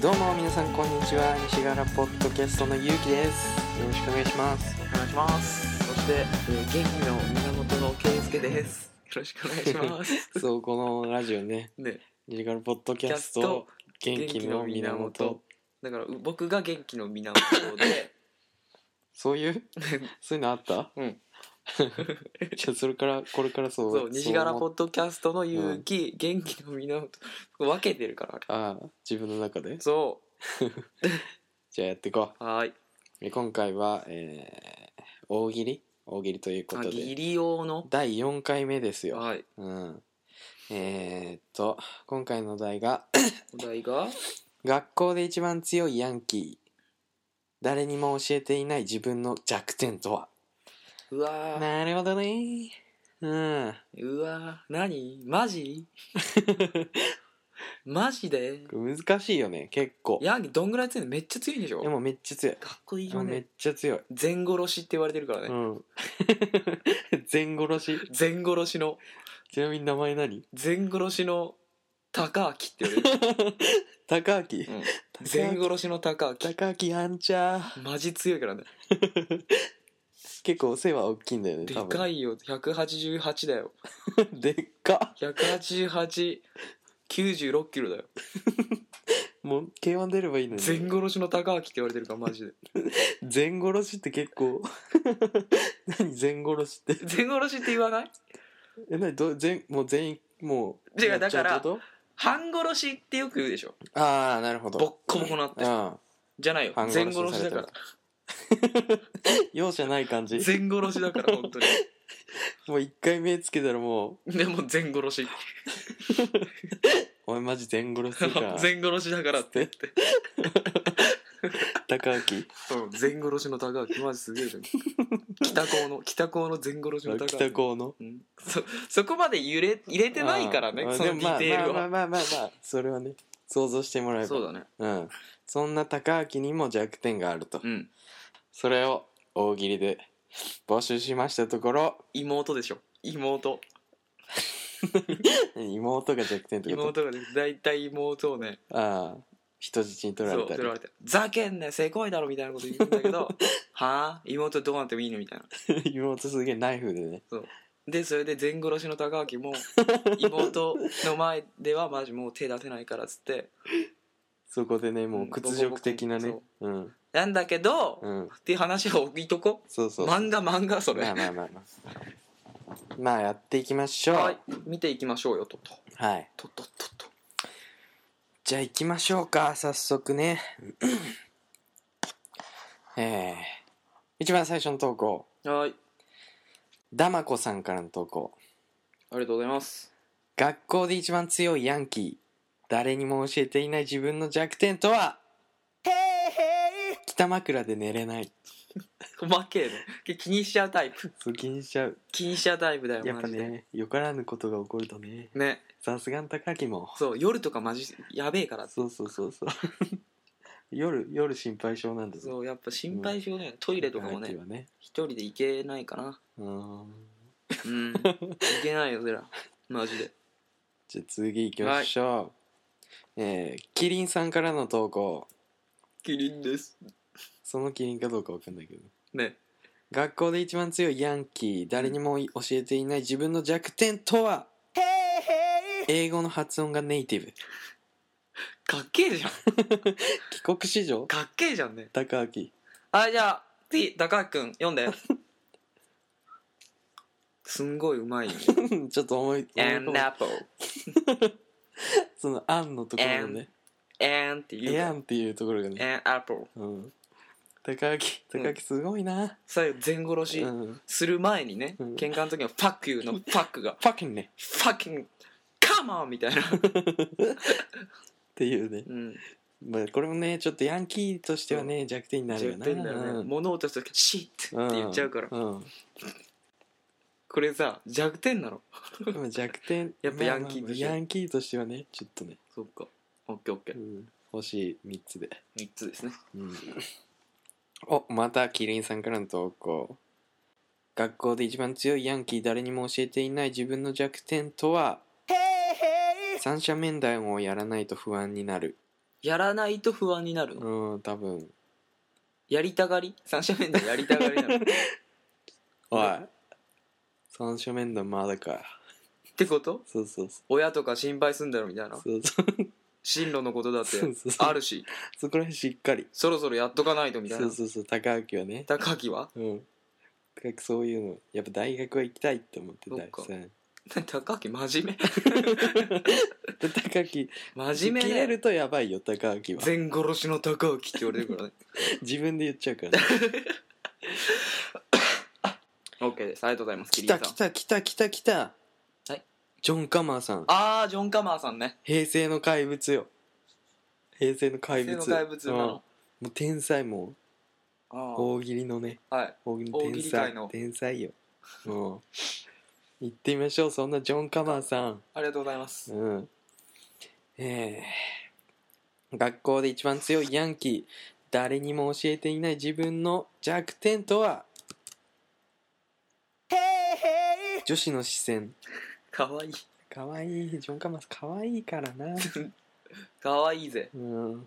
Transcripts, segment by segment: どうも皆さんこんにちは西原ポッドキャストのゆうきですよろしくお願いしますお願いしますそして、えー、元気の源の圭介ですよろしくお願いします そうこのラジオねね西原ポッドキャスト元気の源だからう僕が元気の源 でそう いうそういうのあったうん じゃあそれからこれからそうそう西柄ポッッドキャストの勇気、元気の源分けてるからあれああ自分の中でそじゃあやっていこうはーいうえ今回は、えー大喜利大喜利というこあと義で理用の第4回目ですよ、はいうんえー、っと今回のお題がお題が学校で一番強いヤンキー誰にも教えていない自分の弱点とはうわーなるほどねうんうわー何マ ジマジでこれ難しいよね結構ヤンキーどんぐらい強いのめっちゃ強いんでしょでもめっちゃ強いかっこいいでもよめっねちゃ強い、全殺しって言われてるからね、うん 全殺し全殺しのちなみに名前何全殺しの高明って言われる、高明うん全殺しの高明高明あんちゃんマジ強いからね結構背は大きいんだよねで多分 かいよ188だよでっか188 96キロだよもう K1 出ればいいのに全殺しの高明って言われてるからマジで全殺しって結構 何全殺しって全殺しって言わないえ何ど全もう全員もう違うやっちゃってこと半殺しってよく言うでしょああなるほどボッコボコなってうんじゃないよ半殺全しされてる殺しだから 容赦ない感じ全殺しだから本当にもう一回目つけたらもでも全 殺しう「お前マジ全殺しする から全殺しだからって言って 高明うん全殺しの高明マジすげ えじゃん北高の北高の全殺しの高明北高の」うんそそこまで揺れ入れてないからねあーそのディテールまあは、まあまあまあまあまあそれはね想像してもらえばそうだねうん、そんな高明にも弱点があると、うんそれを大喜利で募集しましたところ妹でしょ妹妹が弱点ってこと妹がね大体妹をねああ人質に取らそれうた取りられて「ざけんねせこいだろ」みたいなこと言うんだ けど「はあ妹どうなってもいいの?」みたいな妹すげえナイフでねでそれで全殺しの高 明も妹の前ではマジもう手出せないからっつってそこでねもう屈辱的なねうんなんだけど、うっんていう話は置いとこそうそう漫画漫画それ、まあまあまあまあまあやっていきましょうははいい、見ていきましょうよととととととじゃあ行きましょうか早速ね えー、一番最初の投稿とはいダマコさんからの投稿ありがとうございます学校で一番強いヤンキー誰にも教えていない自分の弱点とは北枕で寝れない負けね気にしちゃうタイプそう気にしちゃう気にしちゃうタイプだよやっぱマジでねよからぬことが起こるとねねさすがの高木もそう夜とかマジやべえからそうそうそうそう 夜夜心配性なんですそうやっぱ心配性だよねトイレとかも高木ねはね一人で行けないかなうーんうん 行けないよそりゃマジでじゃあ次行きましょう、えーキリンさんからの投稿キリンですそのキリンかどうかわかんないけどね学校で一番強いヤンキー誰にも教えていない自分の弱点とは英語の発音がネイティブかっけえじゃん帰国子女 かっけえじゃんね高明 はいじゃあ次高橋君 読んですんごいうまいよちょっと思い思い浮か and ばない apple その「アン」のところのね and っ「て言うエアよン」っていうところがね and apple うん高木高木すごいな、最後全殺しうん、する前にね、うん喧嘩の時の「ファックユー」の「ファック」がファッキンね「ファッキンカモン!」みたいな、っていうね、うん、まあ、これもねちょっとヤンキーとしてはね弱点になるよ10な点だよね物落とした時「シッ!」んって言っちゃうから、うんこれさ弱点なのでも弱点やっぱヤンキーとしてまあまあまあヤンキーとしてはねちょっとね、そっかオッケーオッケうーん、星3つで、 3つですねうん、おまたキリンさんからの投稿学校で一番強いヤンキー誰にも教えていない自分の弱点とは三者面談をやらないと不安になるやらないと不安になるの、うん多分やりたがり三者面談やりたがり なのっおうい三者面談まだかてことそうそうそ親とか心配すんだろみたいなうそうそう進路のことだっそてうそうそうあるしそこら辺しっかりそろそろやっとかないとみたいそなうそうそう高明はね高木は うん高木そういうのやっぱ大学は行きたいって思ってたそっかしさで高木真面高木目真切面目れねるとやばいよ高明は全殺しの高木って言われてるからね自分で言っちゃう からね OK ですありがとうございますキ来リンさたん来た来た来た来たはいジョン・カマーさんあージョン・カマーさんね平成の怪物よ平成の怪物平成の怪物なのうんもう天才もあうー大喜利のねはい大喜利の天大喜利界才の天才よもう行ってみましょうそんなジョン・カマーさんありがとうございますうんえー学校で一番強いヤンキー誰にも教えていない自分の弱点とは女子の視線かわいいかわいいジョン・カマーさんかわいいから なかわいいぜうん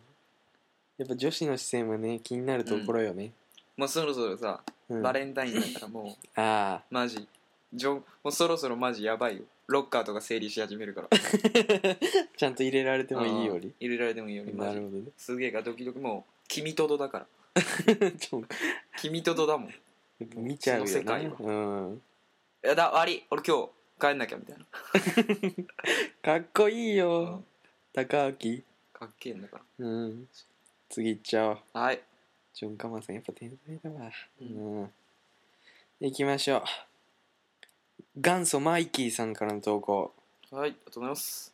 やっぱ女子の視線はね気になるところよね、もうそろそろさうんバレンタインだからもう ああマジジョンもうそろそろマジやばいよロッカーとか整理し始めるから ちゃんと入れられてもいいよりうん入れられてもいいよりマなジるほどねすげえがドキドキもう君とどだから ちょっと君とどだもんいやっぱ見ちゃうよその世界ねはうんやだ悪い俺今日帰んなきゃみたいな、かっこいいうよん、高明かっけえんだかうん次行っちゃおうらはいジョン・カマーさんやっぱ天才だわううんん行きましょう元祖マイキーさんからの投稿はいありがとうございます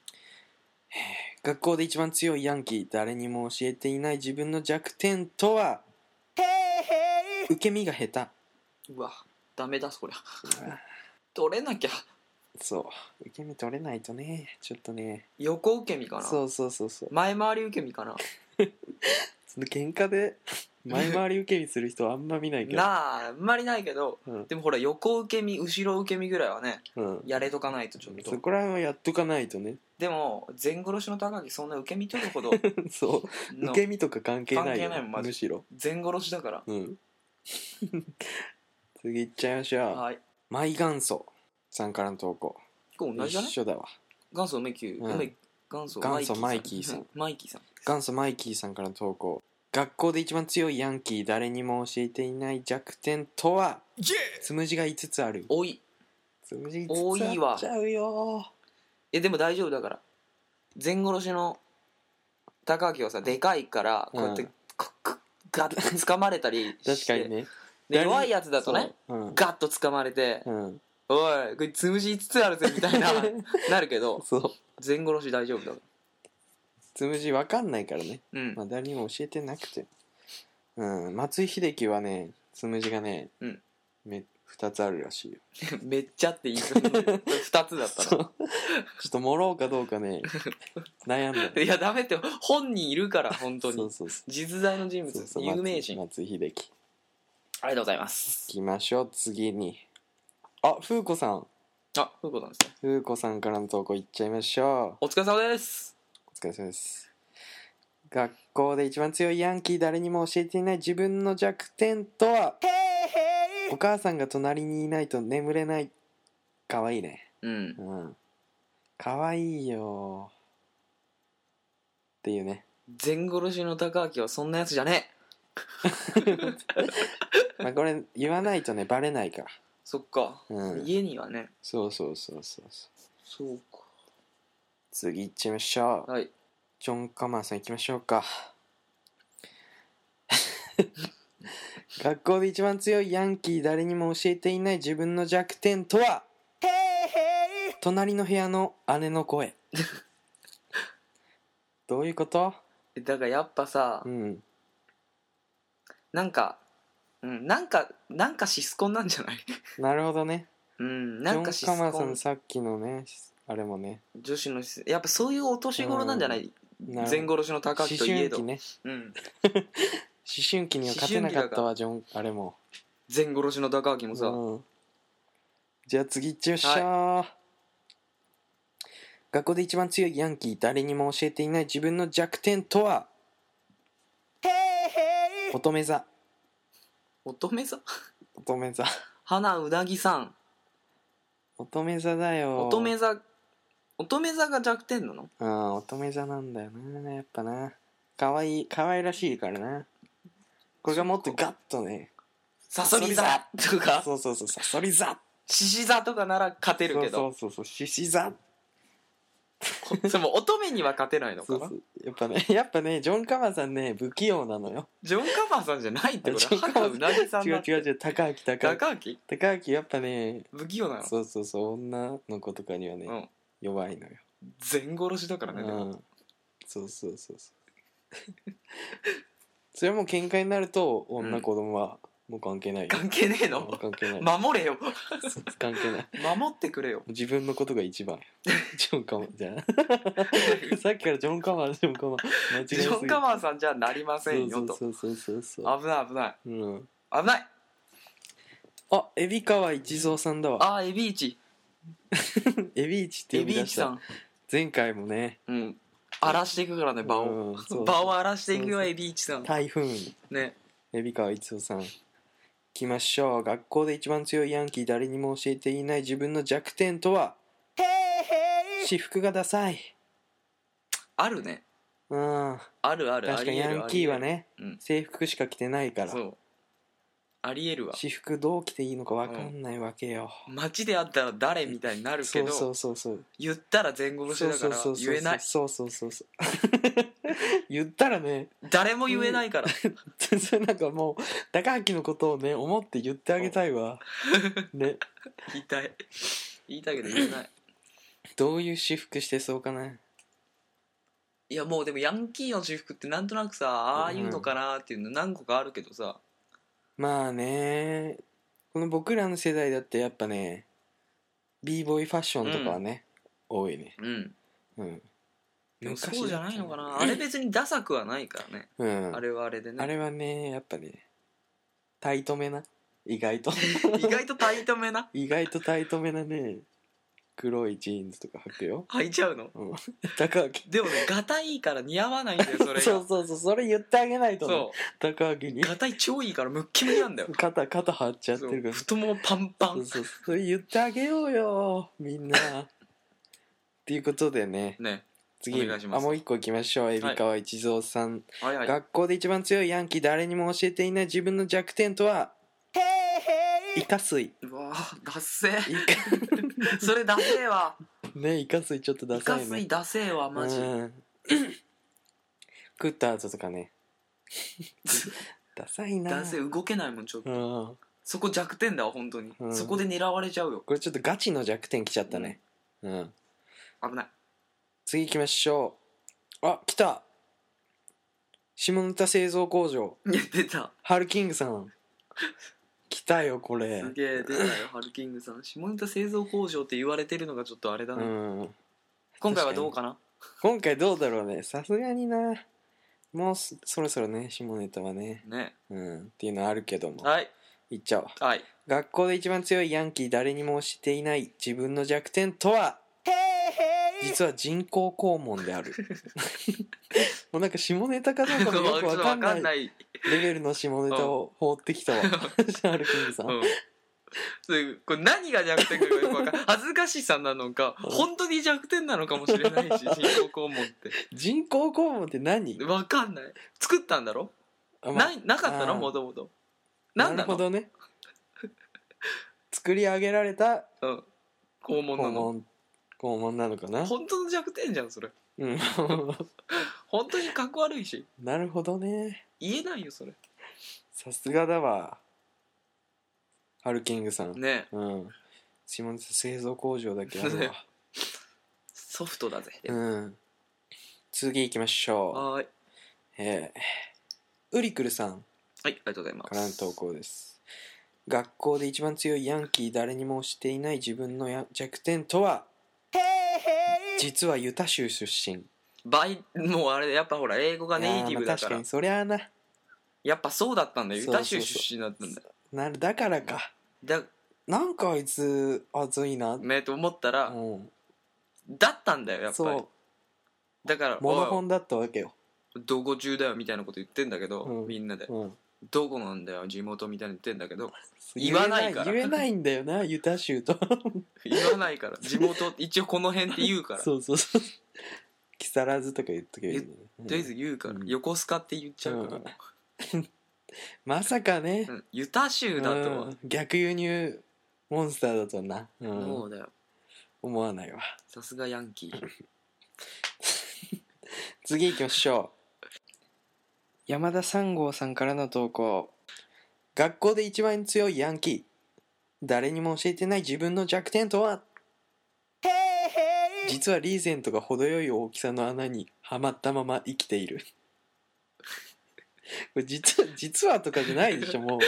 学校で一番強いヤンキー誰にも教えていない自分の弱点とは受け身が下手うわダメだそりゃ取れなきゃそう受け身取れないとねちょっとね横受け身かなそうそうそうそう前回り受け身かなその喧嘩 で前回り受け身する人あんま見ないけどなああんまりないけどうんでもほら横受け身後ろ受け身ぐらいはねうん、やれとかないとちょっそとこら辺はやっとかないとね でも全殺しの高木そんな受け身取るほどそうの受け身とか関係ないよ関係ないもんマジむしろ全殺しだからうん 次行っちゃいましょうはいマイ元祖さんからの投稿これ同じじゃない一緒だわ元祖梅キュうん梅元祖元祖マイキーさんうマイキーさん元祖マイキーさんからの投稿学校で一番強いヤンキー誰にも教えていない弱点とはつむじが5つある多いつむじ多い5つわあっちゃうよえでも大丈夫だから全殺しの高木はさでかいからこうやってうんクックッガッと掴まれたりして確かにねで誰に弱いやつだとねそうガッと掴まれてうん、うん、 「おいこれつむじ5つあるぜ」み たいななるけどそう全殺し大丈夫だかつむじわかんないからね、らうんまあ、誰にも教えてなくてうん松井秀喜はねつむじがね、うんめ2つあるらしいよめっちゃって言いそうになる2つだったそらう ちょっともろうかどうかね悩ん だいやダメって本人いるから本当そにうそうそ実在の人う物そうそう有名人松松井秀喜ありがとうございます行きましょう次にあ風子さんあ、ふうこさんですね。風子さんからの投稿いっちゃいましょうお疲れ様です。お疲れ様です学校で一番強いヤンキー誰にも教えていない自分の弱点とはお母さんが隣にいないと眠れないかわいいねうん。うんかわいいよっていうね全殺しの高明はそんなやつじゃねえ。まあこれ言わないとねバレないからそっか。うん家にはね。そうそうそうそうそうそうか。次行っちゃいましょうはい。ジョン・カマーさん行きましょうか 学校で一番強いヤンキー誰にも教えていない自分の弱点とは隣の部屋の姉の声 どういうことだからやっぱさう、んなんか、うん、なんか、なんかシスコンなんじゃないなるほどねうん、ジなんかション・スカマーコさンん。さっきのねあれもね女子のシス、やっぱそういうお年頃なんじゃないなるほど全殺しの高思明といえ春ど。期ねうん。思春期には勝てなかったわジョンあれも全殺しの高明もさ、うん、じゃあ次行っちゃいましょう、学校で一番強いヤンキー誰にも教えていない自分の弱点とは乙女座乙女座乙女座花うなぎさん乙女座だよ乙女座乙女座が弱点なのうん乙女座なんだよなやっぱな可愛い可愛らしいからなこれがもっとガッとねサソリ座とかそうそうそうサソリ座獅子座とかなら勝てるけそどうそうそうそう獅子座でも乙女には勝てないのそかうなそうやっぱねやっぱねジョン・カマさんね不器用なのよジョン・カバーさんじゃないってこジョとンカバー歯がうなぎさん違だうって違う違う高明高明高明高明やっぱね不器用なのそうそうそう女の子とかにはね、うん弱いのよ、全殺しだからねでもうんそうそうそうそう それはもう喧嘩になると女子供はもう関係ないよ、関係ねえもうの関係ない、守れよそう関係ない守ってくれよ自分のことが一 番ジョン・カマじゃんさっきからジョン・カマジョン・カマ間違えすジぎョン・カバーさんじゃなりませんよとそうそうそうそうそう危ない危ないうん、危ないあエビ川一蔵さんだわあーエビイチエビイチってエ呼びビ出イチしさたん前回もねうん荒らしていくからね場をうんそう場を荒らしていくそうよそうエビイチさん台風ねエビ川一郎さん来ましょう学校で一番強いヤンキー誰にも教えていない自分の弱点とは私服がダサいあるねうんあるある確かにヤンキーはねありえるうん制服しか着てないからそうありえるわ私服どう着ていいのか分かんないわけよ、街で会ったら誰みたいになるけそどうそうそうそう言ったら全殺しそうだそうからそう言えないそうそうそう そう言ったらね 誰も言えないから全然なんかもう高明のことをね思って言ってあげたいわね言いたい 言いたいけど言えないどういう私服してそうかないやもうでもヤンキーの私服ってなんとなくさああいうのかなっていうの何個かあるけどさまあねこの僕らの世代だってやっぱね b ボーイファッションとかはね、多いねうんうんでも昔だったねそうじゃないのかなあれ別にダサくはないからねうんああれ,、れはあれでねはねやっぱねタイトめな意外 と意外とタイトめな意外とタイトめなね黒いジーンズとか履く よ履いちゃうの高明でもねガタいいから似合わないん だよそれがそうそうそうそれ言ってあげないとねそ高明うにガタイ超いいからムッキムキなんだよ肩肩張っちゃってそるかうら太ももパンパそうンそうそれ言ってあげようよみんなっていうことでねね次お願いしますあもう一個行きましょう海老川一蔵さん、はいはい学校で一番強いヤンキー誰にも教えていない自分の弱点とはイカ水イうわーダッセーカそれダセーわねイカ水ちょっと ダイカサいスねイダセーわマジうん 食った後とかねダサいなダセー動けないもんちょっとうんそこ弱点だわ本当にうんそこで狙われちゃうよこれちょっとガチの弱点きちゃったねうん危ない次行きましょうあ来た下ネタ製造工場いや出たハルキングさん来たよこれすげえ出たよハルキングさん下ネタ製造工場って言われてるのがちょっとあれだうね、ん今回はどうかな今回どうだろうねさすがになもうそそろそろね下ネタはねねうんっていうのはあるけどもはいいっちゃおうはい学校で一番強いヤンキー誰にもしていない自分の弱点とは実は人工肛門であ るもうなんか下ネタかどうかもよく わかんわかんなないい、レベルの下ネタを放ってきた わハルキングさんうんそれこれ何が弱点かよくわかん ない恥ずかしさなのかうん本当に弱点なのかもしれないし人工肛門って人工肛門って何わかんない作ったんだろ、あまあないなかったあのーもともとなんなだるほろどね作り上げられたう、うん、肛門な肛の門肛門なのかな本当の弱点じゃんそれうん 本当にかっこ悪いしなるほどね言えないよそれさすがだわハルキングさん、ねえうん下ネタ製造工場だけあ るわソフトだぜ、うん次行きましょはーいうえーウリクルさんはいありがとうございますからの投稿です学校で一番強いヤンキー誰にもしていない自分のや弱点とは実はユタ州出身バイもうあれやっぱほら英語がネイティブいやーだまあ確かからにそりゃあなやっぱそうだったんだよそユうそタうそう州出身だったんだよなだからかだなんかあいつ熱いな、めと思ったらうん、だったんだよやっぱりそだからうモノホおいンだったわけよ、どこ中だよみたいなこと言ってんだけど、うんみんなでうん、どこなんだよ地元みたいに言ってんだけど言わないから言えないんだよなユタ州と言わな いから地元一応この辺って言うからとそうそうそう木更津とか言っとけばいいのにりあえず言うから、うん横須賀って言っちゃうから、うんまさかね、うんユタ州だとうはん逆輸入モンスターだとはな、うんもうだよ思わないわさすがヤンキー次行きましょう山田三郷さんからの投稿学校で一番強いヤンキー誰にも教えてない自分の弱点とは実はリーゼントが程よい大きさの穴にはまったまま生きている これ実は実はとかじゃないでしょもう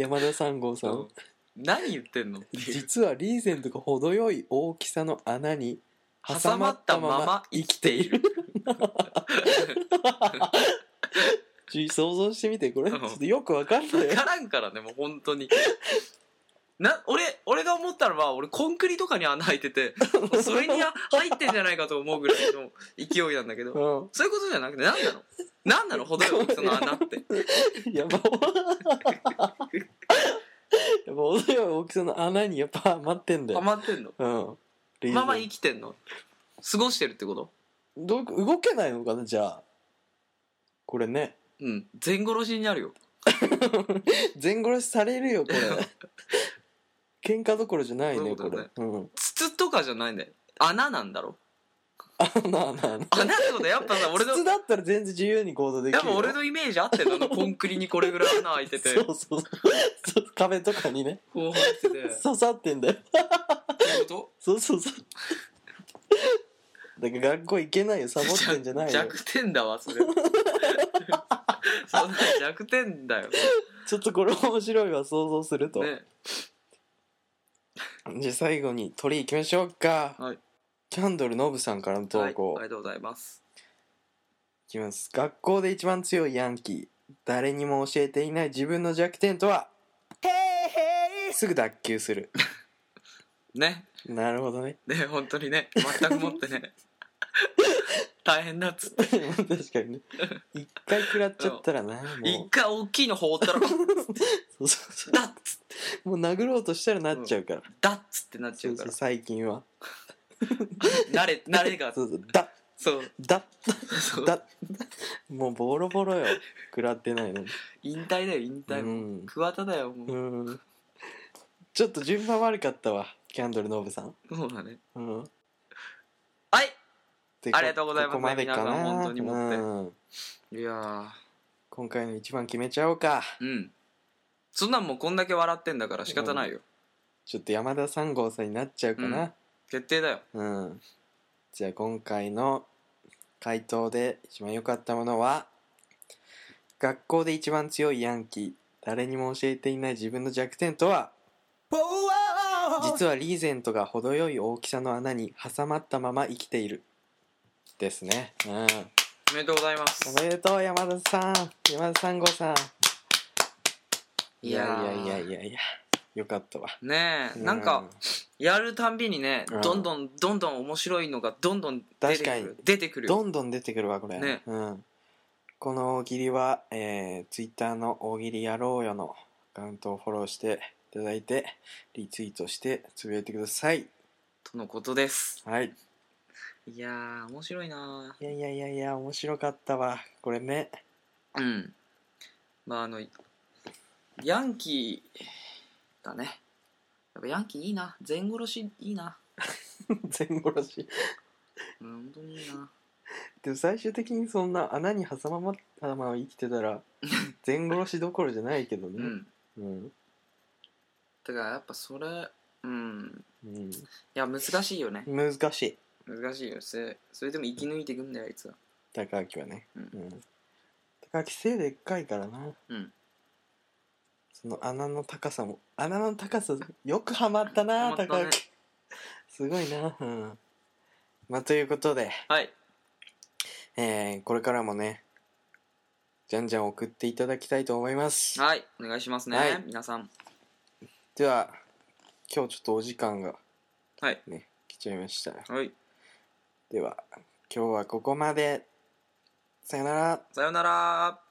山田三郷さん何言ってんのって いう 実はリーゼントが程よい大きさの穴に挟まったまま生きている ちょ想像してみてこれちうょんっとよくわかんない分からんからねもう本当にな俺俺が思ったのは俺コンクリとかに穴開いててそれに入ってんじゃないかと思うぐらいの勢いなんだけどうそういうことじゃなくて何なの何なの程よい大きさの穴ってん、やば やっぱ程よい大きさの穴にやっぱ待ってんだハよ、マってんのうん、リーゼンまあまあ生きてんの過ごしてるってことどういうこと動けないのかなじゃあこれねうん全殺しになるよ全殺しされるよ これ 喧嘩どころじゃないねそこうだれねうん筒とかじゃないんだよ穴なんだろ穴穴穴穴ってことはやっぱさ俺の普通だったら全然自由に行動できやるっぱ 俺のイメージあってんのあのコンクリにこれぐらい穴開いててそうそうそう壁とかにねこう入っててそ刺さってんだよういうこそうそうそうだから学校行けないよサとボってんじゃないよ弱点だ わそれそんな弱点だよ、ちょっとこれ面白いわ想像すると、ね、じゃあ最後に鳥行きましょうか、はいキャンドルノブさんからの投はい稿、ありがとうございますいきます学校で一番強いヤンキー誰にも教えていない自分の弱点とはすぐ脱臼するねなるほどねで本当にね全くもって ね大変だっつって確かにね一回食らっちゃったらな一も回大きいの放 ったらだっうそうそうそうつもう殴ろうとしたらなっちゃうから、だっつってなっちそゃううかそうら最近は慣れ慣れがそうそうだそうだそうだもうボロボロよ食らってないのに引退だよ引う退、ん桑田だよもう、うんちょっと順番悪かったわキャンドルノブさんそうだねうんはいでありがとうございますここまでかな皆さん本当に持ってうんいやー今回の一番決めちゃおうかうんそんなんもうこんだけ笑ってんだから仕方ないよ、ちょっと山田三郷さんになっちゃうかな決定だようん、じゃあ今回の回答で一番良かったものは学校で一番強いヤンキー誰にも教えていない自分の弱点とは実はリーゼントが程よい大きさの穴に挟まったまま生きているですねうんおめでとうございますおめでとう山田さん山田三郷さんいいややいやーいやいやいやよかったわねえなんうかやるたんびにねうんどんどんどんどん面白いのがどんどん出確てかくにる出てくるよどんどん出てくるわこれ、ねうん、この大喜利は、えー、ツイッターの大喜利やろうよのアカウントをフォローしていただいてリツイートしてつぶやいてくださいとのことですはいいやー面白いないやいやいやいや面白かったわこれね ーうんまああのヤンキーだねやっぱヤンキーいいな全殺しいいな全殺しうん本当にいいなでも最終的にそんな穴に挟まったまま生きてた ら全殺しどころじゃないけどうねんうんだからやっぱそれうんうん、いや難しいよね難しい難しいよそれそれでも生き抜いていくんだよあいつは高明はね、うん高明背でっかいからな、うんその穴の高さも穴の高さよくはまったなはまった高ね明すごいなうんまあということで、はいえーこれからもねじゃんじゃん送っていただきたいと思いますはいお願いしますね、はい皆さんでは今日ちょっとお時間がはいね来ちゃいましたはいでは今日はここまでさよならさよなら